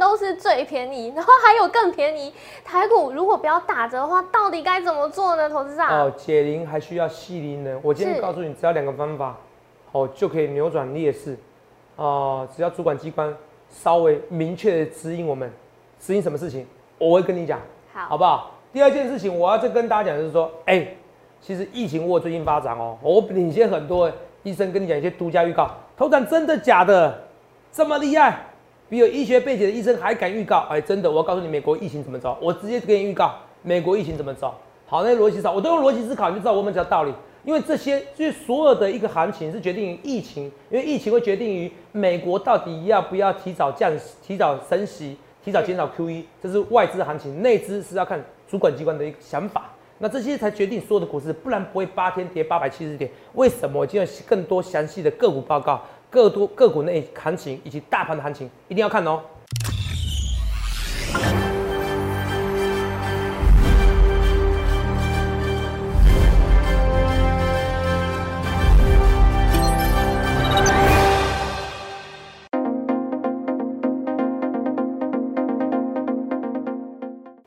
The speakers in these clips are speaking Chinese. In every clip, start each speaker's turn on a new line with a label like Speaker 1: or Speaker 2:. Speaker 1: 都是最便宜，然后还有更便宜。台股如果不要打折的话，到底该怎么做呢？投资长，
Speaker 2: 哦，解铃还需要系铃人。我今天
Speaker 1: 是
Speaker 2: 告诉你，只要两个方法，哦，就可以扭转劣势。哦，只要主管机关稍微明确的指引我们，指引什么事情，我会跟你讲，好
Speaker 1: 好，
Speaker 2: 不好？第二件事情，我要再跟大家讲，就是说，哎、其实疫情我有最近发展哦，我领先很多、医生跟你讲一些独家预告，头长真的假的？这么厉害，比有医学背景的医生还敢预告？哎、真的，我要告诉你美国疫情怎么走，我直接给你预告美国疫情怎么走。好，那些逻辑思考，我都用逻辑思考，你就知道我们讲的道理。因为这些，就是所有的一个行情是决定于疫情，因为疫情会决定于美国到底要不要提早降、提早升息、提早减少 QE，这是外资的行情，内资是要看主管机关的一个想法。那这些才决定所有的股市，不然不会八天跌八百七十点。为什么？我今天有更多详细的个股报告、各多个股内行情以及大盘的行情，一定要看哦。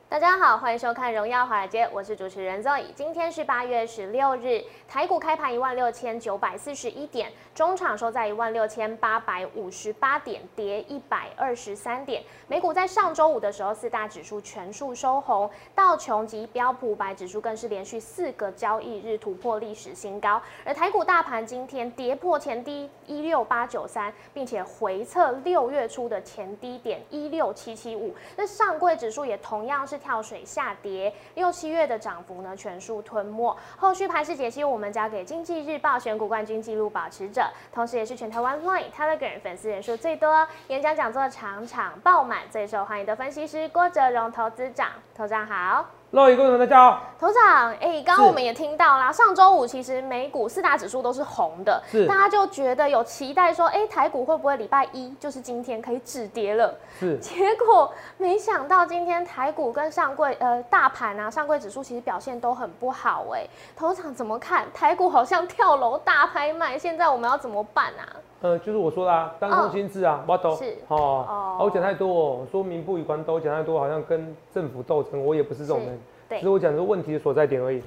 Speaker 1: 大家好，欢迎收看《荣耀华尔街》，我是主持人 Zoe。今天是八月十六日，台股开盘一万六千九百四十一点，中场收在一万六千八百五十八点，跌一百二十三点。美股在上周五的时候，四大指数全数收红，道琼及标普五百指数更是连续四个交易日突破历史新高，而台股大盘今天跌破前低一六八九三，并且回测六月初的前低点一六七七五。那上柜指数也同样是跳水下跌，六七月的涨幅呢全数吞没。后续盘势解析，我们交给《经济日报》选股冠军纪录保持者，同时也是全台湾 Line、Telegram 粉丝人数最多、演讲讲座场场爆满、最受欢迎的分析师郭哲荣投资长。投资长好。
Speaker 2: 各位观众大家好，
Speaker 1: 头长，哎、刚刚
Speaker 2: 是
Speaker 1: 我们也听到啦，上周五其实美股四大指数都是红的，
Speaker 2: 是
Speaker 1: 大家就觉得有期待说，哎、台股会不会礼拜一就是今天可以止跌了？
Speaker 2: 是
Speaker 1: 结果没想到今天台股跟上柜呃大盘啊上柜指数其实表现都很不好、哎，头场怎么看？台股好像跳楼大拍卖，现在我们要怎么办啊？
Speaker 2: 呃，就是我说的啊，当中心智啊，我懂。
Speaker 1: 是
Speaker 2: 哦，
Speaker 1: 哦
Speaker 2: 啊我讲太多哦，我说民不与官斗，讲太多好像跟政府斗争，我也不是这种人，
Speaker 1: 对
Speaker 2: 只是我讲出问题的所在点而已。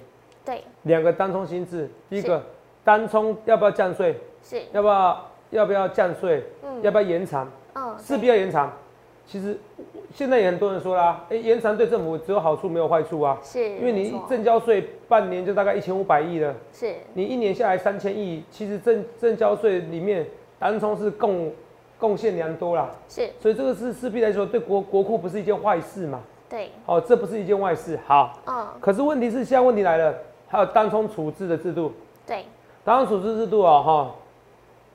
Speaker 1: 对，
Speaker 2: 两个单冲心智，第一个单冲要不要降税，
Speaker 1: 是，
Speaker 2: 要不要要不要降税，
Speaker 1: 嗯
Speaker 2: 要不要延长，
Speaker 1: 嗯，
Speaker 2: 势必要延长。其实现在也很多人说啦，哎、延长对政府只有好处没有坏处啊，
Speaker 1: 是，
Speaker 2: 因为
Speaker 1: 没
Speaker 2: 你
Speaker 1: 错
Speaker 2: 正交税半年就大概一千五百亿了。
Speaker 1: 是
Speaker 2: 你一年下来三千亿，其实正正交税里面单冲是贡贡献良多啦，
Speaker 1: 是，
Speaker 2: 所以这个是势必来说对国国库不是一件坏事嘛。
Speaker 1: 对，
Speaker 2: 哦，这不是一件坏事。好，
Speaker 1: 嗯，
Speaker 2: 可是问题是现在问题来了，还有单冲处置的制度，
Speaker 1: 对，
Speaker 2: 单冲处置制度啊、哦，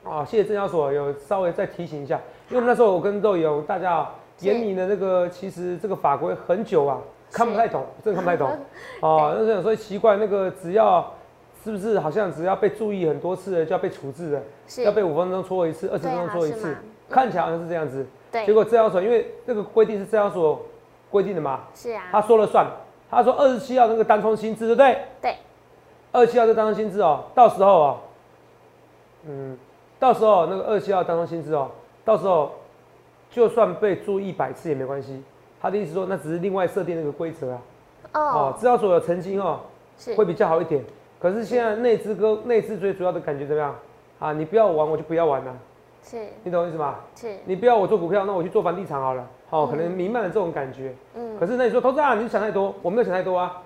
Speaker 2: 哈、啊，谢谢证交所有稍微再提醒一下，因为我们那时候我跟豆友大家啊
Speaker 1: 是
Speaker 2: 研拟的那个其实这个法规很久啊，看不
Speaker 1: 是
Speaker 2: 太懂，真的看不太懂。 哦，那时候所以奇怪，那个只要是不是好像只要被注意很多次了就要被处置了，
Speaker 1: 是
Speaker 2: 要被五分钟搓一次，二十
Speaker 1: 对
Speaker 2: 分
Speaker 1: 啊
Speaker 2: 钟搓一
Speaker 1: 是
Speaker 2: 次
Speaker 1: 吗，
Speaker 2: 看起来好像是这样子。
Speaker 1: 对
Speaker 2: 结果证交所因为那个规定是证交所规定的嘛，
Speaker 1: 是啊，
Speaker 2: 他说了算。他说二十七号那个单冲薪资对不对？
Speaker 1: 对，
Speaker 2: 二十七号这单冲薪资哦，到时候哦，嗯，到时候那个二十七号单冲薪资哦，到时候就算被注一百次也没关系。他的意思说，那只是另外设定那个规则啊。哦
Speaker 1: 哦，，
Speaker 2: 资料所有曾经哦
Speaker 1: 是
Speaker 2: 会比较好一点，可是现在内资跟内资最主要的感觉怎么样啊？你不要玩我就不要玩了、
Speaker 1: 是
Speaker 2: 你懂我意思吗？
Speaker 1: 是，
Speaker 2: 你不要我做股票，那我去做房地产好了。好、可能弥漫了这种感觉。
Speaker 1: 嗯，
Speaker 2: 可是那你说投资啊，你想太多，我没有想太多啊。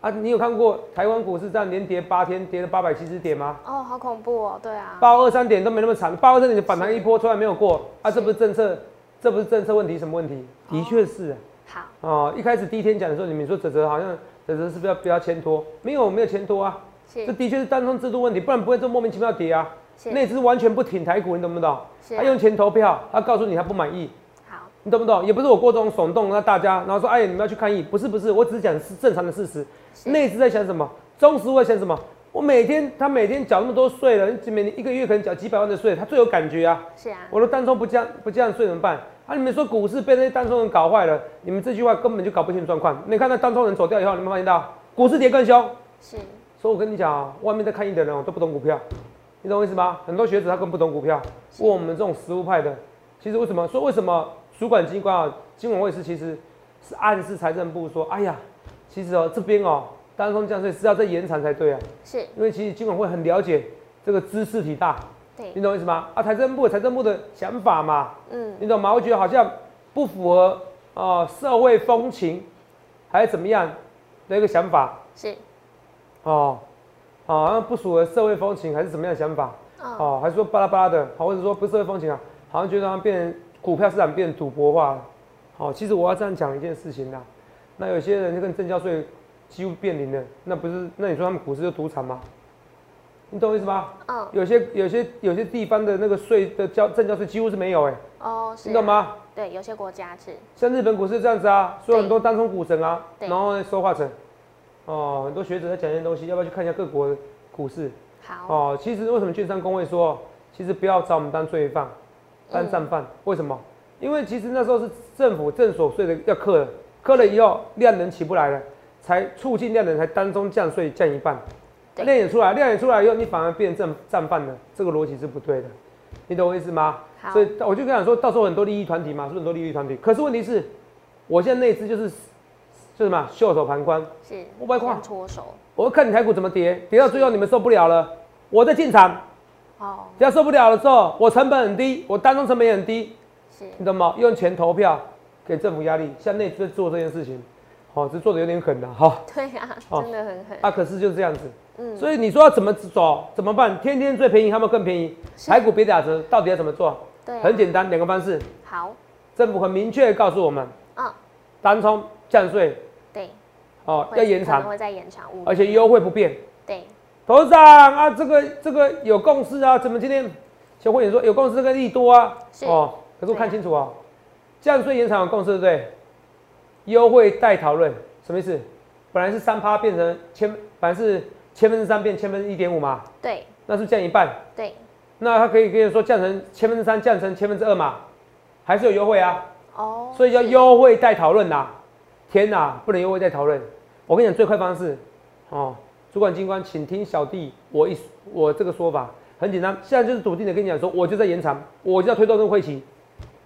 Speaker 2: 啊，你有看过台湾股市这样连跌八天，跌了八百七十点吗？
Speaker 1: 哦，好恐怖哦，对啊，
Speaker 2: 八二三点都没那么惨，八二三点反弹一波，从来没有过啊！这不是政策，这不是政策问题，什么问题？的确是、啊。
Speaker 1: 好，
Speaker 2: 哦，一开始第一天讲的时候，你们说泽泽好像泽泽是不是要不要牵拖？没有，我没有牵拖啊，这
Speaker 1: 是
Speaker 2: 的确是单冲制度问题，不然不会这么莫名其妙跌啊。
Speaker 1: 是
Speaker 2: 那只完全不挺台股，你懂不懂？
Speaker 1: 是啊
Speaker 2: 他用钱投票，他告诉你他不满意，
Speaker 1: 好，
Speaker 2: 你懂不懂？也不是我过这种耸动让大家，然后说哎你们要去抗议，不是不是，我只是讲是正常的事实。
Speaker 1: 是
Speaker 2: 那只在想什么？中实会想什么？我每天他每天缴那么多税了，你每一个月可能缴几百万的税，他最有感觉啊。
Speaker 1: 是啊，
Speaker 2: 我的单冲不降不降税怎么办？啊，你们说股市被那些单冲人搞坏了，你们这句话根本就搞不清楚状况。你看那单冲人走掉以后，你们发现到股市跌更凶。
Speaker 1: 是
Speaker 2: 所以我跟你讲啊，外面在看一的人哦都不懂股票，你懂我意思吗？很多学者他根本不懂股票，问我们这种实务派的，其实为什么说为什么主管机关啊，金管会是其实是暗示财政部说，哎呀，其实哦这边哦，单峰降税是要再延长才对啊，
Speaker 1: 是
Speaker 2: 因为其实金管会很了解这个知识体大，
Speaker 1: 对
Speaker 2: 你，懂我意思吗？啊，财政部有财政部的想法嘛，
Speaker 1: 嗯，
Speaker 2: 你懂吗？我觉得好像不符合啊、呃社会风情，还是怎么样的一个想法
Speaker 1: 是，
Speaker 2: 哦，好、像不符合社会风情还是怎么样的想法
Speaker 1: 嗯，
Speaker 2: 哦，还是说巴拉巴拉的，好，或者说不是社会风情啊，好像觉得它变成股票市场变成赌博化了。好、其实我要这样讲一件事情啦，那有些人就跟证交税几乎变零了，那不是那你说他们股市就赌场吗？你懂我意思吗？
Speaker 1: 嗯，
Speaker 2: 有些有些有些地方的那个税的交证交税几乎是没有哎、
Speaker 1: 哦，是
Speaker 2: 你懂
Speaker 1: 啊？
Speaker 2: 吗？
Speaker 1: 对，有些国家是，
Speaker 2: 像日本股市这样子啊，所以
Speaker 1: 对
Speaker 2: 很多单冲股神啊，
Speaker 1: 对
Speaker 2: 然后呢收化成，哦，很多学者在讲一些东西，要不要去看一下各国的股市？
Speaker 1: 好，
Speaker 2: 哦，其实为什么券商工会说，其实不要找我们当罪犯、
Speaker 1: 嗯
Speaker 2: 当战犯？为什么？因为其实那时候是政府正所税的要克了，克了以后量能起不来了，才促进量能才单中降税降一半，
Speaker 1: 对
Speaker 2: 量也出来，量也出来以后你反而变成战战犯了，这个逻辑是不对的，你懂我意思吗？
Speaker 1: 好
Speaker 2: 所以我就跟他说，到时候很多利益团体嘛，是不是很多利益团体，可是问题是，我现在内资就是就是什么啊袖手旁观，
Speaker 1: 是，
Speaker 2: 我外挂
Speaker 1: 先搓手，
Speaker 2: 我要看你台股怎么跌，跌到最后你们受不了了，我再进场。
Speaker 1: 哦，
Speaker 2: 只要受不了的时候，我成本很低，我单中成本也很低，
Speaker 1: 是，
Speaker 2: 你懂吗？用钱投票给政府压力，像内资做这件事情，好、哦，这做的有点狠了、哈、
Speaker 1: 对啊，
Speaker 2: 哦
Speaker 1: 真的很狠，
Speaker 2: 啊，可是就是这样子，
Speaker 1: 嗯，
Speaker 2: 所以你说要怎么走，怎么办？天天最便宜，他们更便宜，
Speaker 1: 是
Speaker 2: 台股别打折，到底要怎么做？
Speaker 1: 对啊，
Speaker 2: 很简单，两个方式，
Speaker 1: 好，
Speaker 2: 政府很明确地告诉我们，
Speaker 1: 嗯，
Speaker 2: 单冲降税，
Speaker 1: 对，
Speaker 2: 哦，
Speaker 1: 会
Speaker 2: 要延
Speaker 1: 可能
Speaker 2: 长，
Speaker 1: 会再延长五
Speaker 2: 而且优惠不变。
Speaker 1: 对，
Speaker 2: 董事长啊，这个这个有共识啊，怎么今天小慧也说有共识这个利多啊？
Speaker 1: 是
Speaker 2: 哦，可是我看清楚哦，降税延长有共识对不对？优惠待讨论什么意思？本来是三趴变成千，本来是千分之三变千分之一点五嘛，
Speaker 1: 对，
Speaker 2: 那是不是降一半，
Speaker 1: 对，
Speaker 2: 那他可以跟你说降成千分之三，降成千分之二嘛，还是有优惠啊？
Speaker 1: 哦，
Speaker 2: 所以叫
Speaker 1: 是，
Speaker 2: 优惠待讨论呐。天呐、不能优惠待讨论。我跟你讲，最快方式哦，主管机关，请听小弟我一我这个说法，很简单，现在就是笃定的跟你讲说，我就在延长，我就要推动这个会期，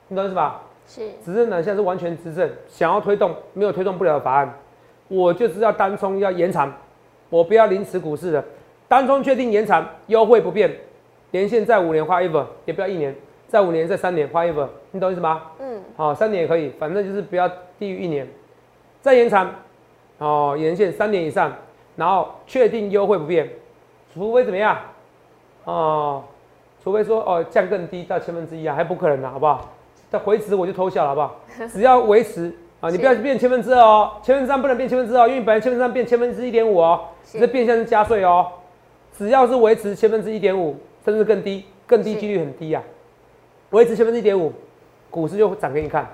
Speaker 2: 你懂是吧？
Speaker 1: 是，
Speaker 2: 执政党现在是完全执政，想要推动没有推动不了的法案，我就是要单冲要延长，我不要凌迟股市的，单冲确定延长，优惠不变，年限在五年花 ever，也不要一年，在五年在三年花 ever，你懂意思吗？
Speaker 1: 嗯，
Speaker 2: 好、三年也可以，反正就是不要低于一年，再延长，哦，延限三年以上，然后确定优惠不变，除非怎么样，哦，除非说哦降更低到千分之一啊，还不可能的、好不好？再回值我就偷笑了，好不好？只要维持啊，你不要
Speaker 1: 是
Speaker 2: 变千分之二哦，千分之三不能变千分之二哦，因为本来千分之三变千分之一点五哦，
Speaker 1: 是
Speaker 2: 只是变相是加税哦，只要是维持千分之一点五，甚至更低，更低
Speaker 1: 是
Speaker 2: 几率很低啊，维持千分之一点五，股市就会涨给你看。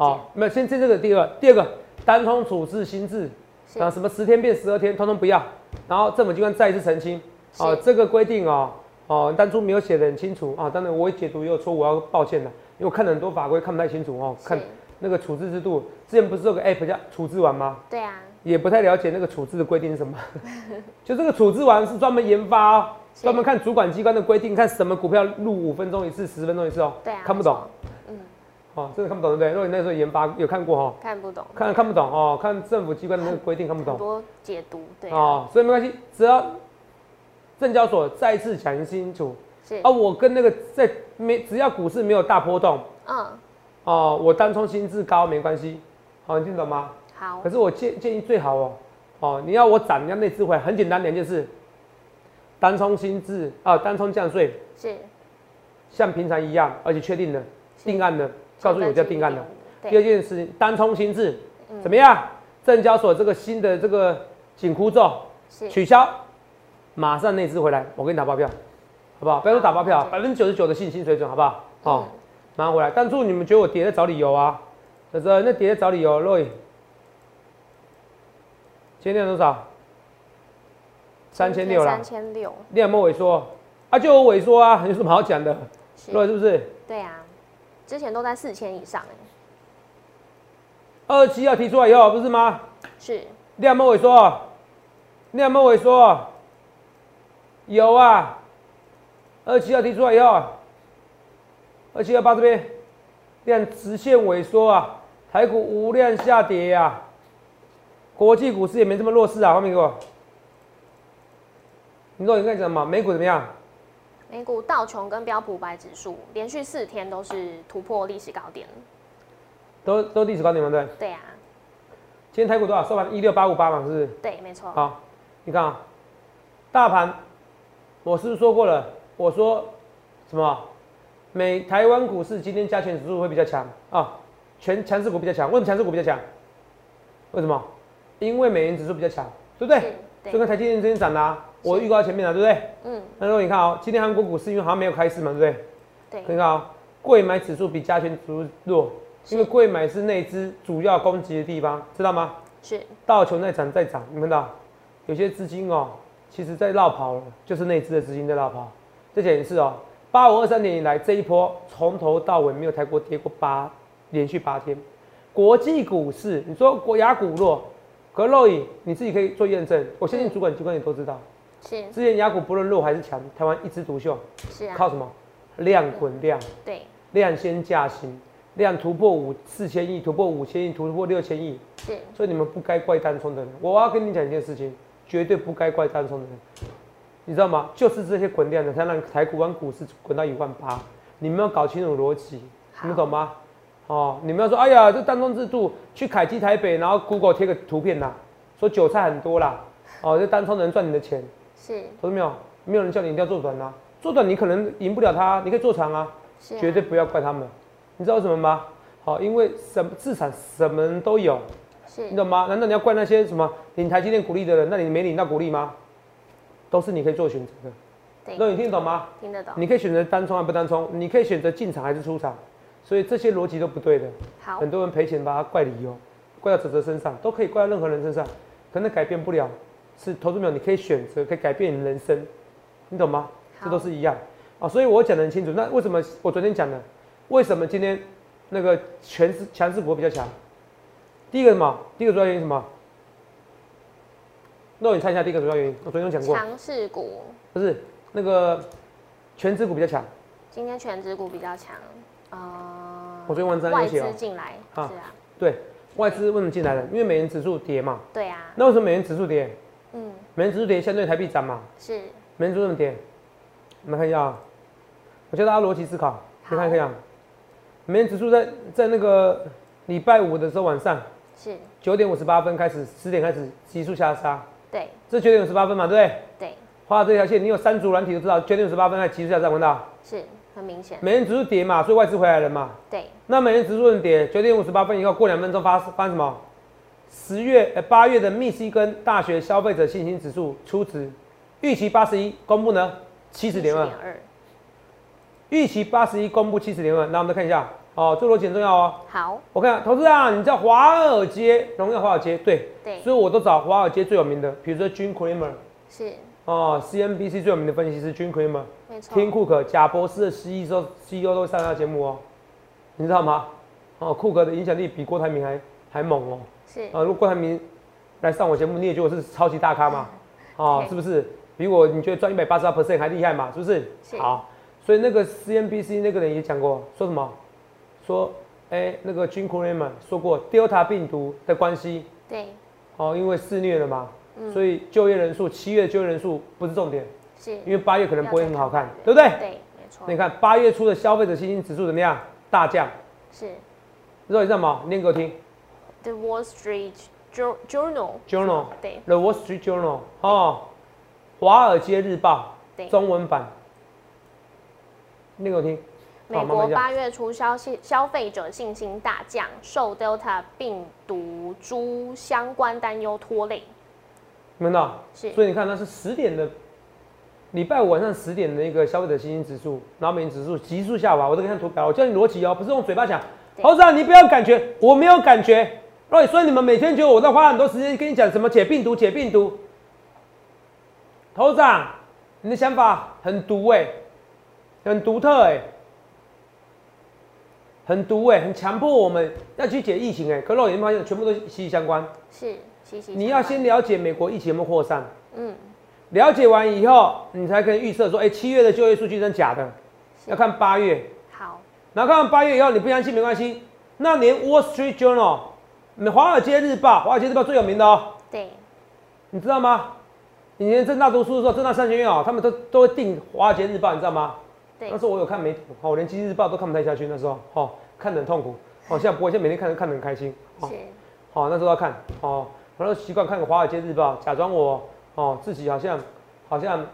Speaker 2: 哦
Speaker 1: 了，
Speaker 2: 没有，先这这个第二，第二个单通处置新制，
Speaker 1: 解，
Speaker 2: 然后
Speaker 1: 是，
Speaker 2: 什么十天变十二天，通通不要。然后政府机关再一次澄清，哦，
Speaker 1: 是
Speaker 2: 这个规定哦，哦，当初没有写得很清楚啊、当然我也解读也有错，我要抱歉的，因为我看了很多法规看不太清楚哦，看
Speaker 1: 是
Speaker 2: 那个处置制度，之前不是有个 app 叫处置完吗？
Speaker 1: 对啊，
Speaker 2: 也不太了解那个处置的规定是什么， 就这个处置完是专门研发、哦，
Speaker 1: 是
Speaker 2: 专门看主管机关的规定，看什么股票录五分钟一次、十分钟一次哦，
Speaker 1: 对啊，
Speaker 2: 看不
Speaker 1: 没错
Speaker 2: 懂，
Speaker 1: 嗯，
Speaker 2: 哦，真的看不懂对不对？如果你那时候研发有看过哦，
Speaker 1: 看不懂，
Speaker 2: 看看不懂哦，看政府机关的那个规定看不
Speaker 1: 很
Speaker 2: 懂
Speaker 1: 多解读，对啊，
Speaker 2: 哦，所以没关系，只要证交所再次讲清楚
Speaker 1: 是
Speaker 2: 啊，，我跟那个在没只要股市没有大波动
Speaker 1: 嗯，
Speaker 2: 哦，我单冲薪资高没关系，好、你听懂吗？
Speaker 1: 好
Speaker 2: 可，是我建建议最好哦，哦，你要我涨，你要内资回来，很简单两件事，单冲薪资啊，单冲降税，
Speaker 1: 是，
Speaker 2: 像平常一样，而且确定了，
Speaker 1: 是
Speaker 2: 定案了，告诉你我叫定案了。，第
Speaker 1: 对，
Speaker 2: 二件事情，单冲薪资
Speaker 1: 嗯
Speaker 2: 怎么样？证交所这个新的这个紧箍咒
Speaker 1: 是，
Speaker 2: 取消，马上内资回来，我给你打包票，好不好？不要说打包票
Speaker 1: 好，
Speaker 2: 百分之九十九的信心水准，好不好？哦，
Speaker 1: 嗯
Speaker 2: 马上回来。当初你们觉得我跌在找理由啊？可是那跌在找理由，Roy，今天量多少？三千六了
Speaker 1: 三，千六，
Speaker 2: 量有没有萎缩？啊，就有萎缩啊，有什么好讲的？Roy
Speaker 1: 是，
Speaker 2: 是不是？
Speaker 1: 对啊，之前都在四千以上，哎，
Speaker 2: 二七要提出来以后，不是吗？
Speaker 1: 是，
Speaker 2: 量没萎缩，量没萎缩，有啊，二七二提出来以后，二七二八这边量直线萎缩啊，台股无量下跌啊，国际股市也没这么弱势啊。画面给我，你说你看什么？美股怎么样？
Speaker 1: 美股道琼跟标普白指数连续四天都是突破历史高点。
Speaker 2: 都都历史高点吗？对不对。
Speaker 1: 对啊，
Speaker 2: 今天台股多少？收盘一六八五八嘛，是不是？
Speaker 1: 对，没错。
Speaker 2: 好，你看啊，大盘，我是不是说过了？我说什么？美台湾股市今天加权指数会比较强啊，全强势股比较强。为什么强势股比较强？为什么？因为美元指数比较强，对不对？
Speaker 1: 是
Speaker 2: 就
Speaker 1: 对，
Speaker 2: 跟台积电今天涨啦、
Speaker 1: 是
Speaker 2: 我预告前面啊了，对不对？
Speaker 1: 嗯，
Speaker 2: 那如果你看哦，今天韩国股市因为好像没有开市嘛，对不对？可以
Speaker 1: 对，
Speaker 2: 看哦，贵买指数比加权指数弱，
Speaker 1: 是
Speaker 2: 因为贵买是内资主要攻击的地方，知道吗？
Speaker 1: 是，
Speaker 2: 道琼在涨在涨，你们看到有些资金哦，其实在绕跑了，就是内资的资金在绕跑。这点也是哦，八五二三年以来这一波从头到尾没有台国跌过八连续八天，国际股市你说国雅股弱，可肉影你自己可以做验证，我相信主管机关也都知道，
Speaker 1: 是，
Speaker 2: 之前雅股不论弱还是强，台湾一枝独秀，
Speaker 1: 是啊，
Speaker 2: 靠什么？量滚量。
Speaker 1: 对，
Speaker 2: 量先价行，量突破五四千亿，突破五千亿，突破六千亿，
Speaker 1: 是，
Speaker 2: 所以你们不该怪单冲的人。我要跟你讲一件事情，绝对不该怪单冲的人，你知道吗？就是这些滚量的，才让台股湾股市滚到一万八。你们要搞清楚逻辑，
Speaker 1: 好
Speaker 2: 你们懂吗？哦，你们要说，哎呀，这单冲制度去凯基台北，然后 Google 贴个图片啦，说韭菜很多啦，哦，这单冲能赚你的钱，
Speaker 1: 是，
Speaker 2: 懂没有？没有人叫你一定要做短啦、做短你可能赢不了他，你可以做长啊。
Speaker 1: 是啊，
Speaker 2: 绝对不要怪他们。你知道为什么吗？好，因为什么市场什么人都有，你
Speaker 1: 是，
Speaker 2: 懂吗？难道你要怪那些什么领台积电股利的人？那你没领到股利吗？都是你可以做选择的。
Speaker 1: 对，
Speaker 2: 那你听懂吗？
Speaker 1: 听得懂。
Speaker 2: 你可以选择单冲还不单冲，你可以选择进场还是出场，所以这些逻辑都不对的。
Speaker 1: 好，
Speaker 2: 很多人赔钱把它怪理由，怪到泽泽身上，都可以怪到任何人身上，可能改变不了。是投资者，你可以选择，可以改变你人生，你懂吗？这都
Speaker 1: 好
Speaker 2: 是一样啊，所以我讲得很清楚。那为什么我昨天讲的？为什么今天那个全是强势股比较强？第一个什么？第一个主要原因是什么？那我你看一下第一个主要原因，我昨天有讲过，
Speaker 1: 强势股
Speaker 2: 不是那个全指股比较强，
Speaker 1: 今天全指股比较强，呃，
Speaker 2: 我昨天文章有
Speaker 1: 外
Speaker 2: 写哦
Speaker 1: 资进来，
Speaker 2: 啊
Speaker 1: 是啊，
Speaker 2: 对，外资为什么进来了？因为美元指数跌嘛。
Speaker 1: 对啊，
Speaker 2: 那为什么美元指数跌？
Speaker 1: 嗯，
Speaker 2: 美元指数跌相对台币涨嘛？
Speaker 1: 是，
Speaker 2: 美元指数怎么跌？我们看一下啊，我教大家逻辑思考，你看一下，美元指数在在那个礼拜五的时候晚上
Speaker 1: 是，
Speaker 2: 九点五十八分开始，十点开始急速下杀，
Speaker 1: 对，
Speaker 2: 这九点五十八分嘛，对不对？
Speaker 1: 对，
Speaker 2: 画这条线，你有三足软体都知道，九点五十八分开始急速下杀，看到
Speaker 1: 是很明显，
Speaker 2: 美元指数跌嘛，所以外资回来了嘛。
Speaker 1: 对，
Speaker 2: 那美元指数怎么跌？九点五十八分以后，过两分钟发发生什么？十月呃八月的密西根大学消费者信心指数初值预期八十一，公布呢七十点二。
Speaker 1: 二，
Speaker 2: 预期八十一，公布七十点二。那我们再看一下，哦，这逻辑很重要哦。
Speaker 1: 好，
Speaker 2: 我看投资啊，你知道华尔街、荣耀华尔街，对，
Speaker 1: 对，
Speaker 2: 所以我都找华尔街最有名的，比如说 Jim Cramer，
Speaker 1: 是，
Speaker 2: 哦，CNBC 最有名的分析师 Jim Cramer，
Speaker 1: 没错，
Speaker 2: 听库克、贾博士的 E CEO CEO 都上他节目哦，你知道吗？哦，库克的影响力比郭台铭还还猛哦。
Speaker 1: 是，
Speaker 2: 啊，如果郭台铭来上我节目，你也觉得我是超级大咖嘛？哦
Speaker 1: 对，
Speaker 2: 是不是？比我你觉得赚一百八十二 percent 还厉害嘛？是不是？
Speaker 1: 是
Speaker 2: 好，所以那个 CNBC 那个人也讲过，说什么？说，哎、那个 Jim Cramer 说过 Delta 病毒的关系，
Speaker 1: 对，
Speaker 2: 哦，因为肆虐了嘛，
Speaker 1: 嗯
Speaker 2: 所以就业人数，七月就业人数不是重点，
Speaker 1: 是，
Speaker 2: 因为八月可能不会很好看，对不对？
Speaker 1: 对，没错
Speaker 2: 你，看八月初的消费者信心指数怎么样？大降，
Speaker 1: 是
Speaker 2: 你知道你知道吗？念给我听
Speaker 1: The Wall Street Jour- Journal，
Speaker 2: ，Journal。
Speaker 1: 对，
Speaker 2: The Wall Street Journal 哦，华尔街日报
Speaker 1: 对
Speaker 2: 中文版，那个我听，
Speaker 1: 美
Speaker 2: 慢慢
Speaker 1: 国
Speaker 2: 讲
Speaker 1: 八月初消息消费者信心大降，受 Delta 病毒株相关担忧拖累。
Speaker 2: 你们到？
Speaker 1: 是
Speaker 2: 所以你看，它是十点的，礼拜五晚上十点的一个消费者信心指数，然后美元指数急速下滑。我这个看图表，我教你逻辑哦，不是用嘴巴讲。
Speaker 1: 对
Speaker 2: 猴子、啊，你不要感觉，我没有感觉。所以，所以你们每天觉得我在花很多时间跟你讲什么解病毒、解病毒。头长，你的想法很毒哎、很独特哎、很毒哎、很强迫我们要去解疫情哎、可是我有没有发现，全部都息息相关。
Speaker 1: 是，息息相关
Speaker 2: 你要先了解美国疫情有没有扩散，
Speaker 1: 嗯，
Speaker 2: 了解完以后，你才可以预测说，哎、七月的就业数据真假的，
Speaker 1: 是
Speaker 2: 要看八月。
Speaker 1: 好，
Speaker 2: 然后看完八月以后，你不相信没关系。那年 Wall Street Journal，嗯华尔街日报，华尔街日报最有名的哦，
Speaker 1: 对，
Speaker 2: 你知道吗？以前正大读书的时候，正大商学院哦，他们都都会订华尔街日报，你知道吗？
Speaker 1: 对
Speaker 2: 那时，候我有看美图，好，我连经济日报都看不太下去，那时候，哦，看得很痛苦。哦，现在不会，现在每天看看得很开心。哦，
Speaker 1: 是，
Speaker 2: 好、那时候要看，哦，我都习惯看个《华尔街日报》，假装我哦自己好像好像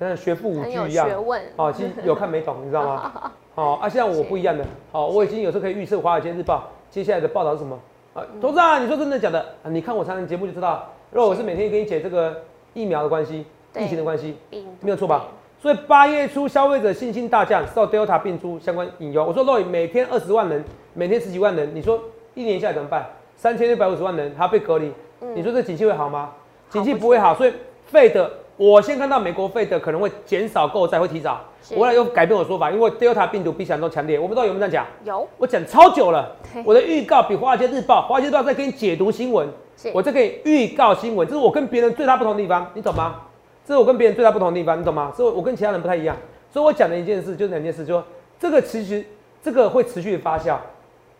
Speaker 2: 像学富五
Speaker 1: 很
Speaker 2: 车
Speaker 1: 有
Speaker 2: 一样
Speaker 1: 学。问，
Speaker 2: 哦，其实有看没懂，你知道吗？哦，啊，现在我不一样的，哦，我已经有时候可以预测《华尔街日报》接下来的报道是什么。啊，
Speaker 1: 嗯
Speaker 2: 董事长，你说真的假的？啊、你看我常常节目就知道。如果我是每天跟你解这个疫苗的关系、
Speaker 1: 对
Speaker 2: 疫情的关系，
Speaker 1: 病
Speaker 2: 没有错吧？所以八月初消费者信心大降，受 Delta 病株相关隐忧。我说 r o 每天二十万人，每天十几万人，你说一年下来怎么办？三千六百五十万人还要被隔离，
Speaker 1: 嗯
Speaker 2: 你说这景气会好吗？景气
Speaker 1: 好不
Speaker 2: 不会好，所以 Fed 我先看到美国 Fed 可能会减少购债，会提早。
Speaker 1: 是
Speaker 2: 我后来又改变我说法，因为 Delta 病毒比想象中强烈。我不知道有没有这样讲，
Speaker 1: 嗯有，
Speaker 2: 我讲超久了
Speaker 1: 对。
Speaker 2: 我的预告比华尔街日报，华尔街日报在给你解读新闻，
Speaker 1: 是
Speaker 2: 我在给你预告新闻，这是我跟别人最大不同的地方，你懂吗？这是我跟别人最大不同的地方，你懂吗？所以我跟其他人不太一样。所以我讲的一件事就是两件事，就说这个其实这个会持续发酵，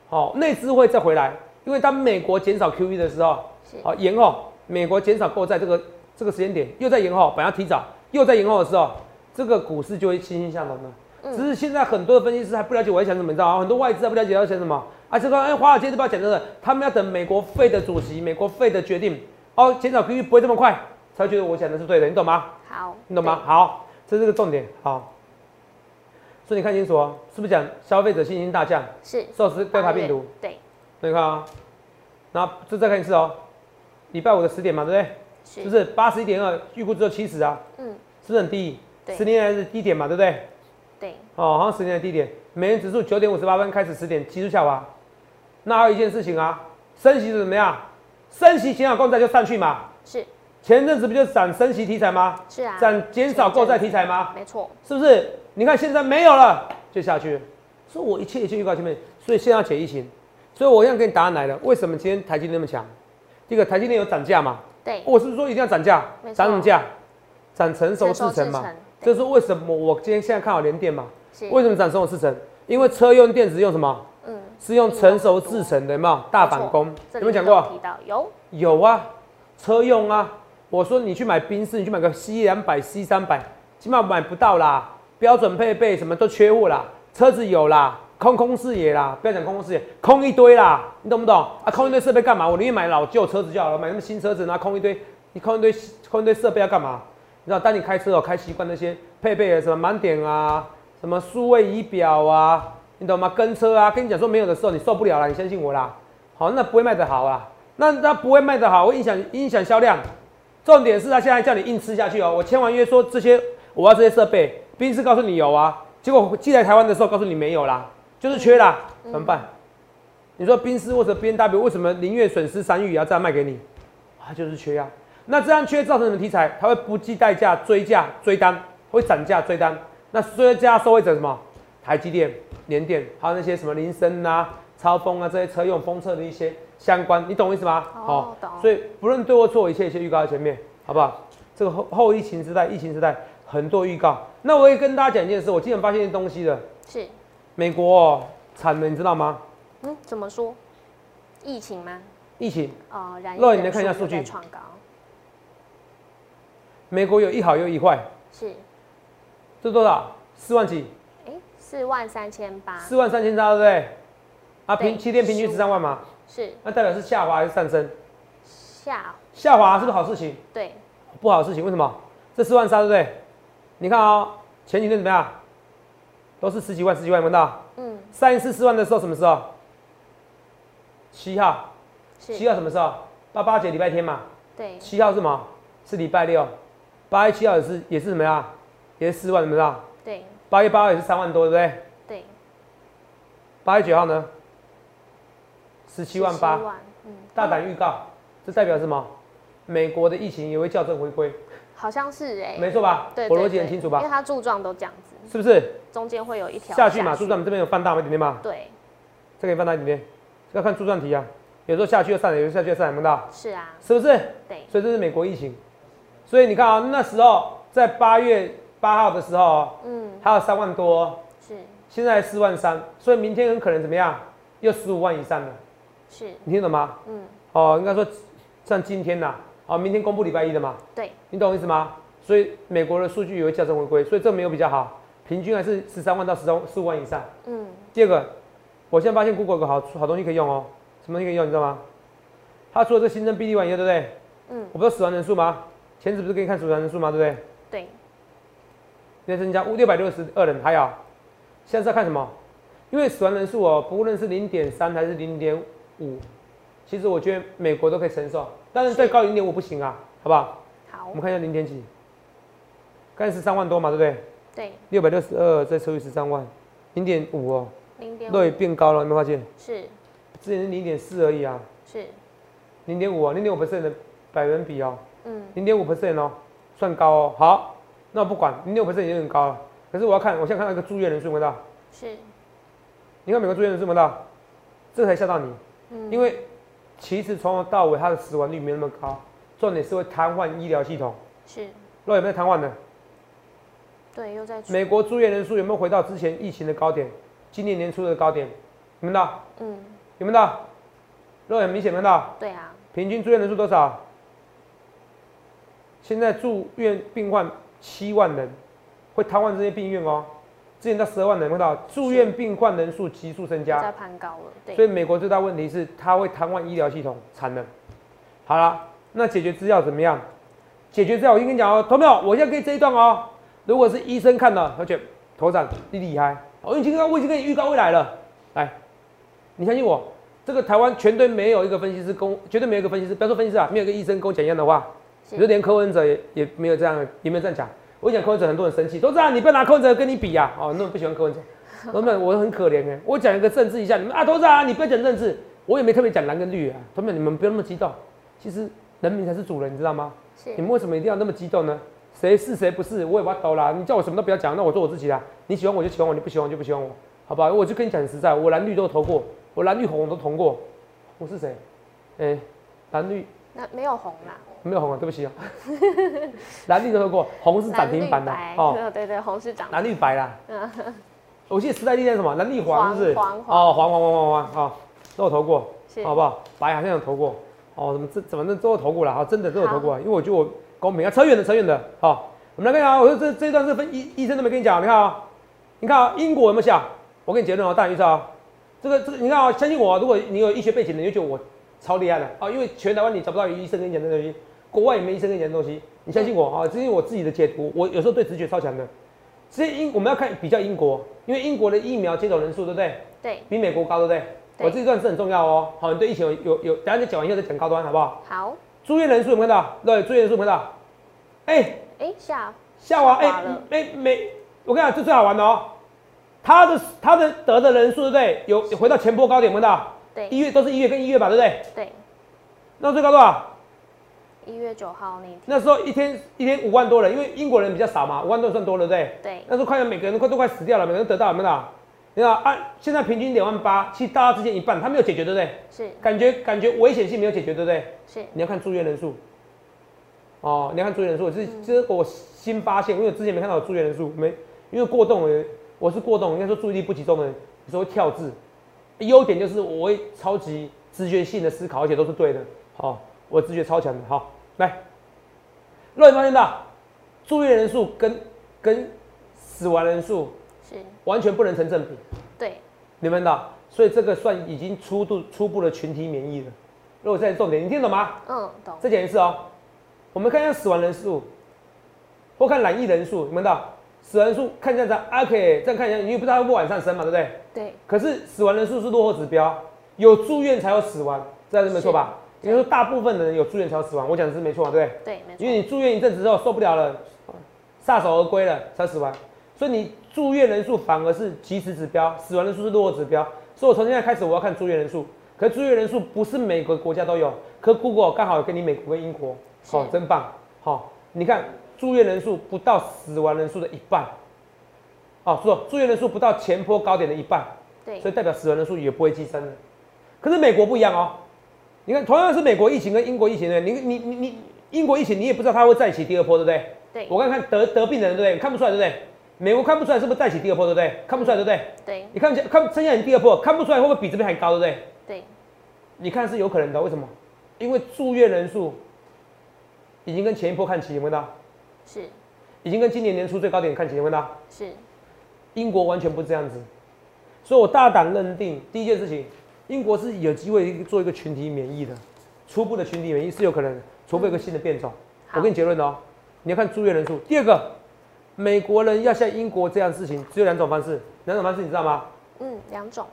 Speaker 2: 好、内资会再回来，因为当美国减少 QE 的时候，
Speaker 1: 是
Speaker 2: 好、延后，美国减少购债这个这个时间点又在延后，本来要提早又在延后的时候，这个股市就会欣欣向荣了。
Speaker 1: 嗯
Speaker 2: 只是现在很多的分析师还不了解我在想什么，你知道吗？很多外资还不了解要想什么。啊，这个哎，华尔街日报讲真的，他们要等美国费的主席、美国费的决定哦，减少 QE 不会这么快，才觉得我讲的是对的，你懂吗？
Speaker 1: 好，
Speaker 2: 你懂吗？好，这是个重点。好，所以你看清楚哦，是不是讲消费者信心大降，
Speaker 1: 对？是，
Speaker 2: 受是贝塔病毒？
Speaker 1: 对，
Speaker 2: 你看啊、然后这再看一次哦，礼拜五的十点嘛，对不对？
Speaker 1: 是，
Speaker 2: 是不是八十一点二，预估只有七十啊？
Speaker 1: 嗯，
Speaker 2: 是不是很低？
Speaker 1: 对
Speaker 2: 十年来的低点嘛，对不对？
Speaker 1: 对，
Speaker 2: 哦，好像十年的低点，美元指数九点五十八分开始十点急速下滑。那还有一件事情啊，升息是怎么样？升息减少购债就上去嘛。
Speaker 1: 是，
Speaker 2: 前阵子不就涨升息题材吗？
Speaker 1: 是啊，
Speaker 2: 涨减少购债题材吗？
Speaker 1: 没错，
Speaker 2: 是不是？你看现在没有了，就下去了。所以我一切一切预告前面，所以现在要解疫情。所以我现在给你答案来了，为什么今天台积电那么强？第一个，台积电有涨价嘛？
Speaker 1: 对，
Speaker 2: 我是不是说一定要涨价
Speaker 1: 没？错
Speaker 2: 涨什么价？涨成熟
Speaker 1: 成
Speaker 2: 制
Speaker 1: 熟
Speaker 2: 程嘛？
Speaker 1: 对
Speaker 2: 这是为什么我今天现在看好联电嘛？
Speaker 1: 是，
Speaker 2: 为什么涨成熟制程？因为车用电子用什么？
Speaker 1: 嗯，
Speaker 2: 是用成熟制程的，有没有？大反攻
Speaker 1: 这里
Speaker 2: 有没有讲
Speaker 1: 都
Speaker 2: 过？啊
Speaker 1: 提到有，
Speaker 2: 有啊，车用啊。我说你去买宾士，你去买个 C 两百、C 三百，起码买不到啦，标准配备什么都缺货啦，车子有啦，空空视野啦，不要讲空空视野，空一堆啦，你懂不懂？啊，空一堆设备干嘛？我宁愿买老旧车子就好了，买那么新车子，然啊后空一堆，你空一堆空一堆设备要干嘛？你知道，当你开车哦，开习惯那些配备的什么满点啊，什么数位仪表啊，你懂吗？跟车啊，跟你讲说没有的时候，你受不了了，你相信我啦。好，那不会卖得好啊，那那不会卖得好，会影响影响销量。重点是他现在叫你硬吃下去哦。我签完约说这些我要这些设备，宾士告诉你有啊，结果寄来台湾的时候告诉你没有啦，就是缺啦，
Speaker 1: 嗯
Speaker 2: 怎么办？你说宾士或者 B N W 为什么宁愿损失三亿也要这样卖给你？啊，就是缺啊。那这样缺造成什么题材？它会不计代价追价追单，会涨价追单。那追价受惠者什么？台积电、联电，还有那些什么林森啊、超风啊这些车用封测的一些相关，你懂我意思吗？
Speaker 1: 哦懂
Speaker 2: 所以不论对或错，一切一切预告在前面，好不好？这个后后疫情时代，疫情时代很多预告。那我也跟大家讲一件事，我今天发现一件东西了，
Speaker 1: 是，
Speaker 2: 美国哦惨了，你知道吗？
Speaker 1: 嗯，怎么说？疫情吗？
Speaker 2: 疫情，
Speaker 1: 哦，然
Speaker 2: 肉
Speaker 1: 后
Speaker 2: 眼能看一下数据
Speaker 1: 创高，
Speaker 2: 美国有一好又一坏，
Speaker 1: 是，
Speaker 2: 这多少？四万几？
Speaker 1: 哎，四万三千八，
Speaker 2: 四万三千张，对不对？啊，
Speaker 1: 啊对
Speaker 2: 平七天平均十三万嘛，
Speaker 1: 是
Speaker 2: 那代表是下滑还是上升？
Speaker 1: 下，
Speaker 2: 下滑是不是好事情？
Speaker 1: 对，
Speaker 2: 不好的事情，为什么？这四万三，对不对？你看哦，前几天怎么样？都是十几万、十几万，有没有看到？
Speaker 1: 嗯，
Speaker 2: 上一次四万的时候什么时候？七号，七
Speaker 1: 是，
Speaker 2: 号什么时候？八八节礼拜天嘛，
Speaker 1: 对，
Speaker 2: 七号是什么？是礼拜六，八月七号也是也是什么呀？也是四万，怎么样？
Speaker 1: 对，
Speaker 2: 八月八号也是三万多，对不对？
Speaker 1: 对，
Speaker 2: 八月九号呢？十七万八
Speaker 1: 17。万，嗯，
Speaker 2: 大胆预告，这代表什么？美国的疫情也会校正回归，
Speaker 1: 好像是哎，
Speaker 2: 没错吧？
Speaker 1: 对，
Speaker 2: 我
Speaker 1: 对
Speaker 2: 逻辑很
Speaker 1: 对
Speaker 2: 清楚
Speaker 1: 因为
Speaker 2: 吧？
Speaker 1: 它柱状都这样子，
Speaker 2: 是不是？
Speaker 1: 中间会有一条
Speaker 2: 下去嘛，柱状这边有放大一点点嘛，
Speaker 1: 对，
Speaker 2: 再给你放大一点点，要看柱状体啊。有时候下去又上来，有时候下去又上来，有没有看到？
Speaker 1: 是啊，
Speaker 2: 是不是？
Speaker 1: 对，
Speaker 2: 所以这是美国疫情。所以你看啊，那时候在八月八号的时候哦，
Speaker 1: 嗯，
Speaker 2: 还有三万多哦，
Speaker 1: 是，
Speaker 2: 现在四万三，所以明天很可能怎么样，又十五万以上了，
Speaker 1: 是，
Speaker 2: 你听懂吗？
Speaker 1: 嗯，
Speaker 2: 哦，应该说像今天呐、哦，明天公布礼拜一的嘛，
Speaker 1: 对，
Speaker 2: 你懂我意思吗？所以美国的数据也会校正回归，所以这没有比较好，平均还是十三万到十三十五万以上。
Speaker 1: 嗯，
Speaker 2: 第二个，我现在发现 Google 有个好好东西可以用哦，什么东西可以用，你知道吗？它除了这新增病例完以后，对不对？
Speaker 1: 嗯，
Speaker 2: 我不知道死亡人数吗？前次不是给你看死亡人数吗？对不对？
Speaker 1: 对，
Speaker 2: 现在增加五六百六十二人，还好。现在是要看什么？因为死亡人数哦，不论是零点三还是零点五，其实我觉得美国都可以承受，但是再高零点五不行啊，好不好？
Speaker 1: 好
Speaker 2: 我们，看一下零点几，刚才十三万多嘛，对不对？
Speaker 1: 对，
Speaker 2: 六百六十二再除以十三万，零点五哦，
Speaker 1: 零点
Speaker 2: 肉也
Speaker 1: 五，
Speaker 2: 变高了，有没有发现？
Speaker 1: 是
Speaker 2: 之前是零点四而已啊，
Speaker 1: 是，
Speaker 2: 零点五啊，零点五 percent 的百分比哦，
Speaker 1: 嗯，
Speaker 2: 零点五 percent 哦，算高哦。好，那我不管，零点五 percent 已经很高了。可是我要看，我现在看到一个住院人数有没有到？
Speaker 1: 是，
Speaker 2: 你看美国住院人数有没有到？这才吓到你，
Speaker 1: 嗯，
Speaker 2: 因为其实从头到尾它的死亡率没那么高，重点是会瘫痪医疗系统。
Speaker 1: 是，
Speaker 2: 那有没有瘫痪呢？
Speaker 1: 对，又在出，
Speaker 2: 美国住院人数有没有回到之前疫情的高点？今年年初的高点，有没有到？
Speaker 1: 嗯，
Speaker 2: 有没有到？肉很明显有没有到？
Speaker 1: 对啊，
Speaker 2: 平均住院人数多少？现在住院病患七万人，会瘫痪这些病院哦。之前到十二万人，有没有到住院病患人数急速增
Speaker 1: 又
Speaker 2: 加
Speaker 1: 在，攀高了，
Speaker 2: 所
Speaker 1: 对，
Speaker 2: 以美国最大问题是它会瘫痪医疗系统，惨了。好了，那解决之道怎么样？解决之道，我先跟你讲哦，投票，我现在可以这一段哦。如果是医生看了，而且头长你厉害，我已经跟我已经跟你预告未来了，来，你相信我，这个台湾全队没有一个分析师跟我，绝对没有一个分析师，不要说分析师啊，没有一个医生跟我讲一样的话，
Speaker 1: 是
Speaker 2: 你说连柯文哲也也没有这样，也没有这样讲。我讲柯文哲，很多人生气，都知道你不要拿柯文哲跟你比啊，哦，那么不喜欢柯文哲，那么我很可怜哎、我讲一个政治一下，你们啊，都是啊，你不要讲政治，我也没特别讲蓝跟绿啊，同学们你们不要那么激动，其实人民才是主人，你知道吗？你
Speaker 1: 是，
Speaker 2: 们为什么一定要那么激动呢？谁是谁不是，我也不要抖啦。你叫我什么都不要讲，那我做我自己啦。你喜欢我就喜欢我，你不喜欢我就不喜欢我，好吧？我就跟你讲实在，我蓝绿都投过，我蓝绿红都投过，我是谁？哎、蓝绿
Speaker 1: 那没有红啦，
Speaker 2: 没有红啊，对不起啊， 蓝绿都投过，红是涨停板的
Speaker 1: 蓝绿白
Speaker 2: 哦，
Speaker 1: 对对，红是涨，
Speaker 2: 蓝绿 白啦。我记得时代力量什么蓝绿黄是不是？
Speaker 1: 黄黄
Speaker 2: 哦，黄黄黄黄黄哦，都有投过。
Speaker 1: 是，
Speaker 2: 好不好？白好像有投过，哦，怎么这怎么那都有投过了，好，真的都有投过，啊因为我觉得我公平啊，扯远了，扯远了，好、我们来看啊，我说这这一段是分医医生都没跟你讲，你看啊、你看啊、英国有没有效？我给你结论哦，大家预测啊，这个这个你看啊、相信我啊、如果你有医学背景的，你就觉得我超厉害的啊、因为全台湾你找不到有医生跟你讲这东西，国外也没医生跟你讲这东西，你相信我啊、这是我自己的解读，我有时候对直觉超强的。所以英我们要看比较英国，因为英国的疫苗接种人数对不对？
Speaker 1: 对，
Speaker 2: 比美国高，对不对？
Speaker 1: 对
Speaker 2: 我这一段是很重要哦。好，你对疫情有有有，等一下你讲完以后再讲高端，好不好？
Speaker 1: 好，
Speaker 2: 住院人数有没有看到？对，住院人数有没有看到？哎、
Speaker 1: 哎，下，
Speaker 2: 下滑，哎
Speaker 1: 下滑了
Speaker 2: 哎没，我跟你讲，这最好玩的哦。他的他的得的人数对不对？有有回到前波高点，有没有看到？一
Speaker 1: 对
Speaker 2: 月都是一月跟一月吧，对不对？
Speaker 1: 对，
Speaker 2: 那最高多少？
Speaker 1: 一月九号那一天，
Speaker 2: 那时候一天一天五万多人，因为英国人比较少嘛，五万多人算多了，对不对？
Speaker 1: 对，
Speaker 2: 那时候快要每个人都快都快死掉了，每个人得到有没有看到？你看啊，现在平均两万八，其实大家之间一半，他没有解决，对不对？
Speaker 1: 是
Speaker 2: 感觉感觉危险性没有解决，对不对？
Speaker 1: 是，
Speaker 2: 你要看住院人数，哦，你要看住院人数，这这个我新发现，因为我之前没看到有住院人数，没因为过动的人，我是过动，应该说注意力不集中的人，有时候会跳字。优点就是我会超级直觉性的思考，而且都是对的。好、我直觉超强的。好、来，若你发现到住院人数跟跟死亡人数
Speaker 1: 是，
Speaker 2: 完全不能成正比，
Speaker 1: 对，
Speaker 2: 你们的，所以这个算已经初度初步的群体免疫了。如果这是重点，你听懂吗？
Speaker 1: 嗯，懂，
Speaker 2: 再讲一次哦。我们看一下死亡人数，或看染疫人数，你们的死亡人数看一下咱啊，可以这样看一下，你也不知道会不会往上升嘛，对不对？
Speaker 1: 对，
Speaker 2: 可是死亡人数是落后指标，有住院才有死亡，这样是没错吧？
Speaker 1: 是
Speaker 2: 也就是说大部分的人有住院才有死亡，我讲的是没错嘛，对不对？
Speaker 1: 对，没错
Speaker 2: 因，为你住院一阵子之后受不了了，撒手而归了才死亡，所以你住院人数反而是及时指标，死亡人数是落后指标。所以我从现在开始我要看住院人数，可是住院人数不是每个国家都有，可 Google 刚好有跟你美国跟英国，
Speaker 1: 是
Speaker 2: 好、真棒，好、你看住院人数不到死亡人数的一半，哦，说住院人数不到前坡高点的一半，
Speaker 1: 对
Speaker 2: 所，以代表死亡人数也不会激增了。可是美国不一样哦，你看同样是美国疫情跟英国疫情的，你你你你英国疫情你也不知道它会再起第二波，对不对？
Speaker 1: 对，
Speaker 2: 我刚看得得病的人，对不对？看不出来，对不对？美国看不出来是不是带起第二波，对不对？看不出来，对不对？
Speaker 1: 对
Speaker 2: 你看不起看剩下你第二波，看不出来会不会比这边还高，对不对？
Speaker 1: 对，
Speaker 2: 你看是有可能的，为什么？因为住院人数已经跟前一波看齐，有没有看到？
Speaker 1: 是
Speaker 2: 已经跟今年年初最高点看齐，有没有看到？
Speaker 1: 是，
Speaker 2: 英国完全不这样子，所以我大胆认定，第一件事情，英国是有机会做一个群体免疫的，初步的群体免疫是有可能的，除非有个新的变种。
Speaker 1: 好
Speaker 2: 我给你结论哦，你要看住院人数。第二个，美国人要像英国这样的事情，只有两种方式，两种方式你知道吗？
Speaker 1: 嗯，两种，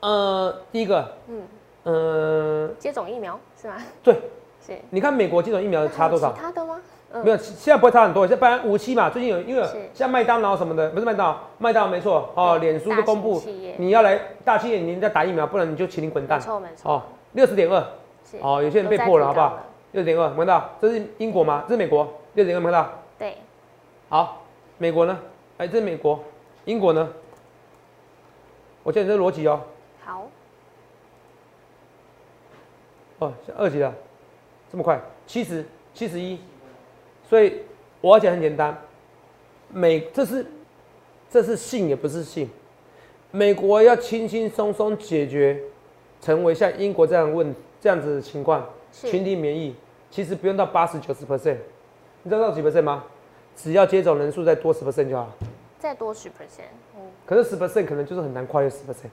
Speaker 2: 呃，第一个，
Speaker 1: 嗯，
Speaker 2: 呃，
Speaker 1: 接种疫苗是吗？
Speaker 2: 对，
Speaker 1: 是。
Speaker 2: 你看美国接种疫苗
Speaker 1: 那
Speaker 2: 呃
Speaker 1: 还
Speaker 2: 差
Speaker 1: 有
Speaker 2: 多少
Speaker 1: 其？他的吗？嗯
Speaker 2: 没有，现在不会差很多，现在不然五七嘛，最近有因为
Speaker 1: 是
Speaker 2: 像麦当劳什么的，不是麦当劳，麦当劳没错哦，
Speaker 1: 对
Speaker 2: 脸书
Speaker 1: 大
Speaker 2: 都
Speaker 1: 型
Speaker 2: 公布
Speaker 1: 企业，
Speaker 2: 你要来大企业，你要打疫苗，不然你就请你滚蛋
Speaker 1: 没。错没错，
Speaker 2: 哦，六十点二，
Speaker 1: 是
Speaker 2: 哦，有些人被迫了，好不？
Speaker 1: 都在提高
Speaker 2: 好？六点二，看到？这是英国吗？这是美国，六点二，看到？
Speaker 1: 对，
Speaker 2: 好，美国呢？哎，这是美国，英国呢？我教你这个逻辑哦，
Speaker 1: 好，
Speaker 2: 哦，二级了，这么快，七十七十一，所以我要讲很简单，美这是这是信也不是信，美国要轻轻松松解决，成为像英国这样的问这样子的情况，
Speaker 1: 是
Speaker 2: 群体免疫其实不用到八十九十 percent，你知道到几 percent 吗？只要接种人数再多十 percent 就好了，
Speaker 1: 再多十 percent，嗯，
Speaker 2: 可是十 percent 可能就是很难跨越十 percent。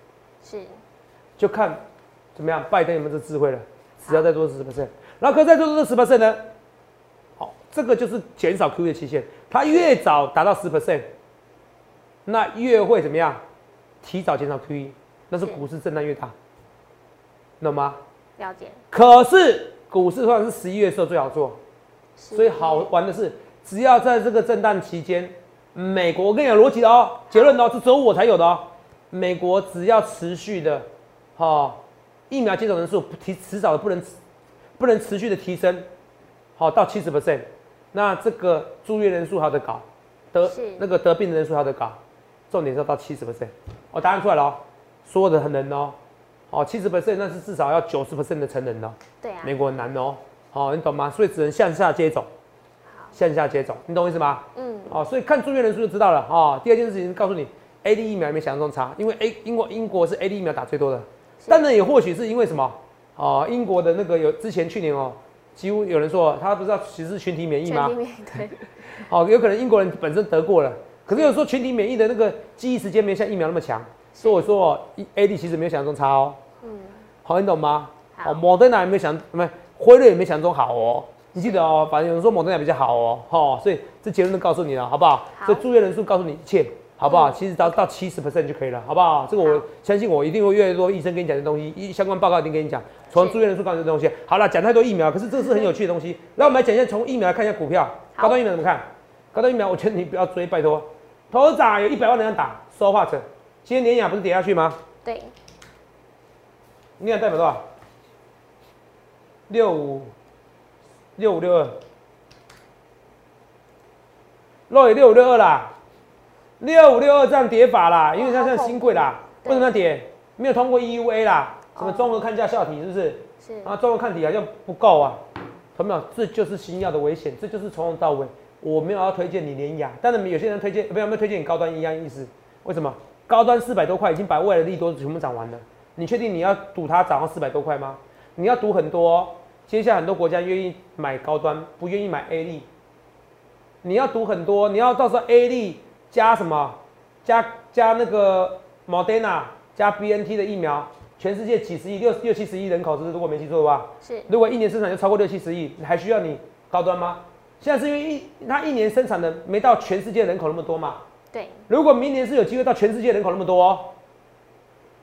Speaker 1: 是
Speaker 2: 就看怎么样，拜登有没有这智慧了。只要再多十 percent，然后可再多这十 percent 呢？好，这个就是减少 QE 的期限。它越早达到十 percent，那越会怎么样？提早减少 QE，那是
Speaker 1: 是
Speaker 2: 股市震荡越大，懂吗？
Speaker 1: 了解，
Speaker 2: 可是股市通常是十一月的时候最好做，
Speaker 1: 是
Speaker 2: 所以好玩的是，只要在这个震荡期间，美国我跟你讲逻辑的哦，结论的哦，这只有我才有的哦。美国只要持续的，哦，疫苗接种人数不提迟早的不能不能持续的提升，好、到七十 percent，那这个住院人数还得搞，得
Speaker 1: 是
Speaker 2: 那个得病的人数还得搞，重点是要到七十 percent。哦，答案出来了哦，所有的很人哦，哦，七十 percent 那是至少要九十 percent 的成人哦。
Speaker 1: 对啊，
Speaker 2: 美国很难哦，好、你懂吗？所以只能向下接种，向下接种，你懂我意思吗？
Speaker 1: 嗯，
Speaker 2: 哦，所以看住院人数就知道了哦。第二件事情告诉你，A D 疫苗没想象中差，因为 A 英国英国是 A D 疫苗打最多的，
Speaker 1: 是
Speaker 2: 当然也或许是因为什么？哦，英国的那个有之前去年哦，几乎有人说他不是要实施群体免疫
Speaker 1: 全
Speaker 2: 吗
Speaker 1: 体？免疫对，
Speaker 2: 哦，有可能英国人本身得过了，可是有时候群体免疫的那个记忆时间没像疫苗那么强，所以我说哦一，A D 其实没有想象中差哦。
Speaker 1: 嗯，
Speaker 2: 好，你懂吗？
Speaker 1: 好
Speaker 2: 哦，某的奶也没有想，不是辉瑞也没想中好哦。你记得哦，反正有人说某的奶比较好哦，哦，所以这结论都告诉你了，好不好？
Speaker 1: 好
Speaker 2: 这住院人数告诉你一切，好不好？
Speaker 1: 嗯
Speaker 2: 其实到到七十 percent 就可以了，好不好？这个我
Speaker 1: 好
Speaker 2: 相信我一定会越来越多医生跟你讲这东西，一相关报告一定跟你讲，从
Speaker 1: 是
Speaker 2: 住院人数告诉你这东西。好了，讲太多疫苗，可是这是很有趣的东西。那我们来讲一下，从疫苗来看一下股票，
Speaker 1: 好
Speaker 2: 高端疫苗怎么看？高端疫苗，我觉得你不要追，拜托。头涨啊有一百万人要打，说话者，今天联雅不是跌下去吗？
Speaker 1: 对，
Speaker 2: 你想代表多少？六五六五六二，肉也六五六二啦，六五六二这样叠法啦，因为它
Speaker 1: 哦好
Speaker 2: 像
Speaker 1: 恐
Speaker 2: 新贵啦，
Speaker 1: 怖
Speaker 2: 为什么要叠？没有通过 EUA 啦，什么
Speaker 1: 哦
Speaker 2: 综合看价效体是不是？
Speaker 1: 是
Speaker 2: 啊，综合看体好像不够啊，同没有？这就是新药的危险，这就是从头到尾我没有要推荐你联雅，但是有些人推荐，没有没有推荐你高端一样意思，为什么？高端四百多块已经把未来的利多全部涨完了，你确定你要赌它涨到四百多块吗？你要赌很多、哦，接下来很多国家愿意买高端，不愿意买 A 利，你要赌很多，你要到时候 A 利加什么？加加那个 Moderna 加 BNT 的疫苗，全世界几十亿六六七十亿人口，是不是如果没记错的话，
Speaker 1: 是
Speaker 2: 如果一年生产就超过六七十亿，还需要你高端吗？现在是因为一它一年生产的没到全世界人口那么多嘛。
Speaker 1: 对，
Speaker 2: 如果明年是有机会到全世界人口那么多哦，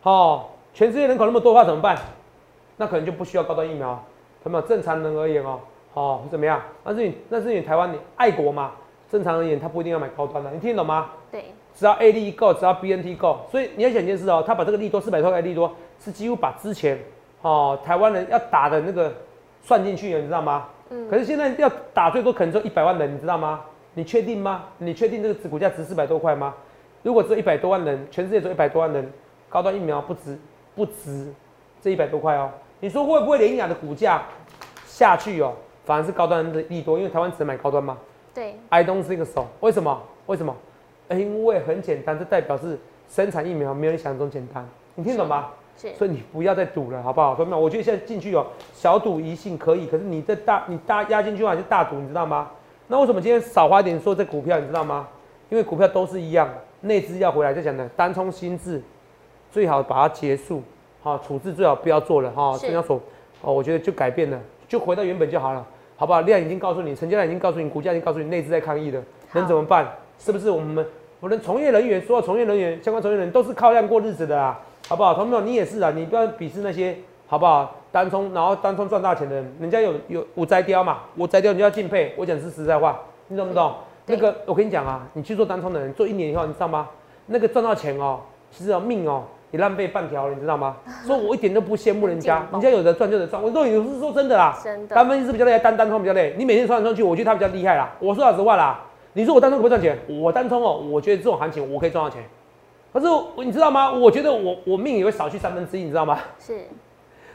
Speaker 2: 哦，全世界人口那么多的话怎么办？那可能就不需要高端疫苗，有没有？正常人而言哦，哦，怎么样？那是你那是你台湾你爱国嘛？正常而言他不一定要买高端的，你听得懂吗？
Speaker 1: 对，
Speaker 2: 只要 A 利够，只要 BNT 够，所以你要想一件事哦，他把这个利多四百多块利多，是几乎把之前哦台湾人要打的那个算进去了，你知道吗？
Speaker 1: 嗯
Speaker 2: 可是现在要打最多可能只有一百万人，你知道吗？你确定吗？你确定这个值股价值四百多块吗？如果只有一百多万人，全世界只有一百多万人，高端疫苗不值不值这一百多块哦。你说会不会联雅的股价下去哦？反而是高端的利多，因为台湾只能买高端吗？
Speaker 1: 对，
Speaker 2: I don't think so。为什么？为什么？呃因为很简单，这代表是生产疫苗没有你想象中简单，你听懂吧？
Speaker 1: 是
Speaker 2: 所以你不要再赌了，好不好？朋友们，我觉得现在进去哦，小赌怡性可以，可是你这大你大压进去还是大赌，你知道吗？那为什么今天少花一点说这股票，你知道吗？因为股票都是一样，内资要回来就讲的单冲心智，最好把它结束，好、处置最好不要做了哈。
Speaker 1: 是
Speaker 2: 中央所哦，我觉得就改变了，就回到原本就好了，好不好？量已经告诉你，成交量已经告诉你，股价已经告诉你，内资在抗议了，能
Speaker 1: 好
Speaker 2: 怎么办？是不是我们我们从业人员，所有从业人员、相关从业人员都是靠量过日子的啦，好不好？同朋友，你也是啊，你不要鄙视那些好不好单冲，然后单冲赚大钱的人，人家有有五摘雕嘛，我摘雕你就要敬佩。我讲是实在话，你懂不懂？
Speaker 1: 对
Speaker 2: 那个我跟你讲啊，你去做单冲的人，做一年以后，你知道吗？那个赚到钱哦，其实哦命哦，也浪费半条了，你知道吗？所以我一点都不羡慕人
Speaker 1: 很
Speaker 2: 家
Speaker 1: 紧，绷
Speaker 2: 人家有的赚就有的赚，我都有是说真的啦。
Speaker 1: 真的
Speaker 2: 单分析师比较累，单单冲比较累。你每天穿来穿去，我觉得他比较厉害啦。我说老实话啦，你说我单冲可不可以赚钱？我单冲哦，我觉得这种行情我可以赚到钱。可是我你知道吗？我觉得我我命也会少去三分之一，你知道吗？
Speaker 1: 是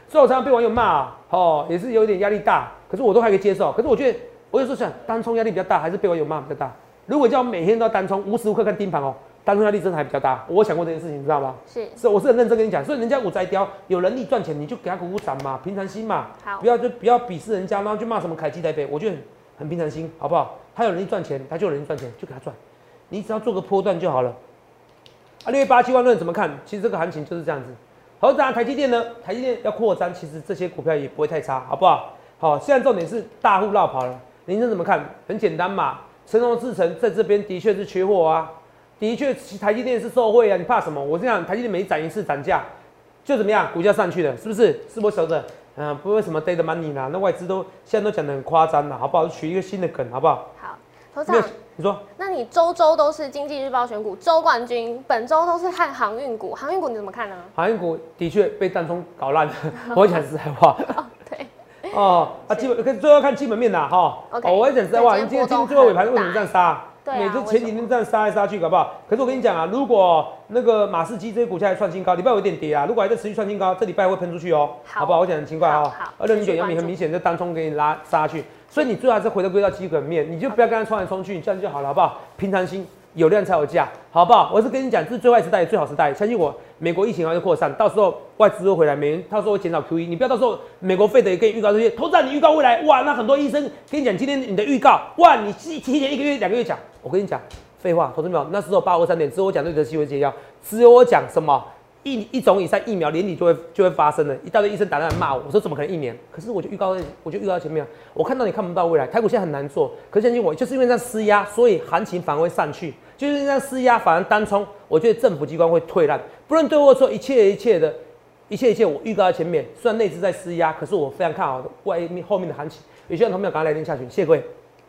Speaker 2: 所以我常常被网友骂、啊，哦，也是有点压力大。可是我都还可以接受。可是我觉得，我有时候想，单冲压力比较大，还是被网友骂比较大。如果叫我每天都要单冲，无时无刻看盯盘哦，单冲压力真的还比较大。我想过这件事情，你知道吗？
Speaker 1: 是
Speaker 2: 是，我是很认真跟你讲，所以人家五摘雕有能力赚钱，你就给他鼓鼓掌嘛，平常心嘛，
Speaker 1: 好
Speaker 2: 不要就不要鄙视人家，然后就骂什么凯基台北，我就很很平常心，好不好？他有能力赚钱，他就有能力赚钱，就给他赚，你只要做个波段就好了。啊，六月八七万论怎么看？其实这个行情就是这样子。好，当然台积电呢，台积电要扩张，其实这些股票也不会太差，好不好？好，现在重点是大户绕跑了，您这怎么看？很简单嘛，神龙制成在这边的确是缺货啊，的确台积电是受惠啊，你怕什么？我是想台积电每涨一次涨价，就怎么样，股价上去了，是不是？是不是的？嗯、不为什么 day 的 money 啦，那外资都现在都讲的很夸张了，好不好？取一个新的梗，好不好？
Speaker 1: 好，头
Speaker 2: 没有
Speaker 1: 长，，
Speaker 2: 你说
Speaker 1: 那你周周都是经济日报选股周冠军，本周都是看航运股，航运股你怎么看呢？
Speaker 2: 航运股的确被单冲 搞烂了，我讲实在话。
Speaker 1: 哦，对，
Speaker 2: 哦，啊，基本可是最后看基本面啦，哈。
Speaker 1: OK
Speaker 2: 哦我也讲实在话，
Speaker 1: 对
Speaker 2: 你
Speaker 1: 今天
Speaker 2: 今天
Speaker 1: 波动
Speaker 2: 听最后尾盘为什么这样杀、
Speaker 1: 很大对啊
Speaker 2: 每次前几天这样杀来杀去，搞不好？可是我跟你讲啊，如果那个马士基这些股价还创新高，礼拜五有点跌啊，如果还在持续创新高，这礼拜会喷出去哦，
Speaker 1: 好
Speaker 2: 好不好？我讲得很勤快
Speaker 1: 好
Speaker 2: 哦
Speaker 1: 好，
Speaker 2: 二六零
Speaker 1: 继
Speaker 2: 九
Speaker 1: 续
Speaker 2: 阳
Speaker 1: 关注
Speaker 2: 明很明显就单冲给你拉杀下去，所以你最好还是回到归到基本面，你就不要跟它冲来冲去，你这样就好了，好不好？平常心。有量才有价，好不好？我是跟你讲，这是最坏时代，最好时代。相信我，美国疫情还会扩散，到时候外资会回来，美元到时候会减少 E QE。你不要到时候美国费的也可以预告这些，投资你预告未来，哇，那很多医生跟你讲，今天你的预告，哇，你提提前一个月、两个月讲。我跟你讲，废话，投资没有，那时候八五三点，只有我讲对的新闻解药，只有我讲什么一一种以上疫苗年底就会就会发生了，一大堆医生打电话来骂我，我说怎么可能一年？可是我就预告在，我就预告在前面啊，我看到你看不到未来，台股现在很难做，可是相信我，就是因为这样施压，所以行情反而会上去，就是因为这样施压反而单冲，我觉得政府机关会退让，不论对或错，一切一切的。一切一切，我预告在前面，虽然内资在施压，可是我非常看好外面后面的行情。有些人同没有赶快来电下去，谢谢各位。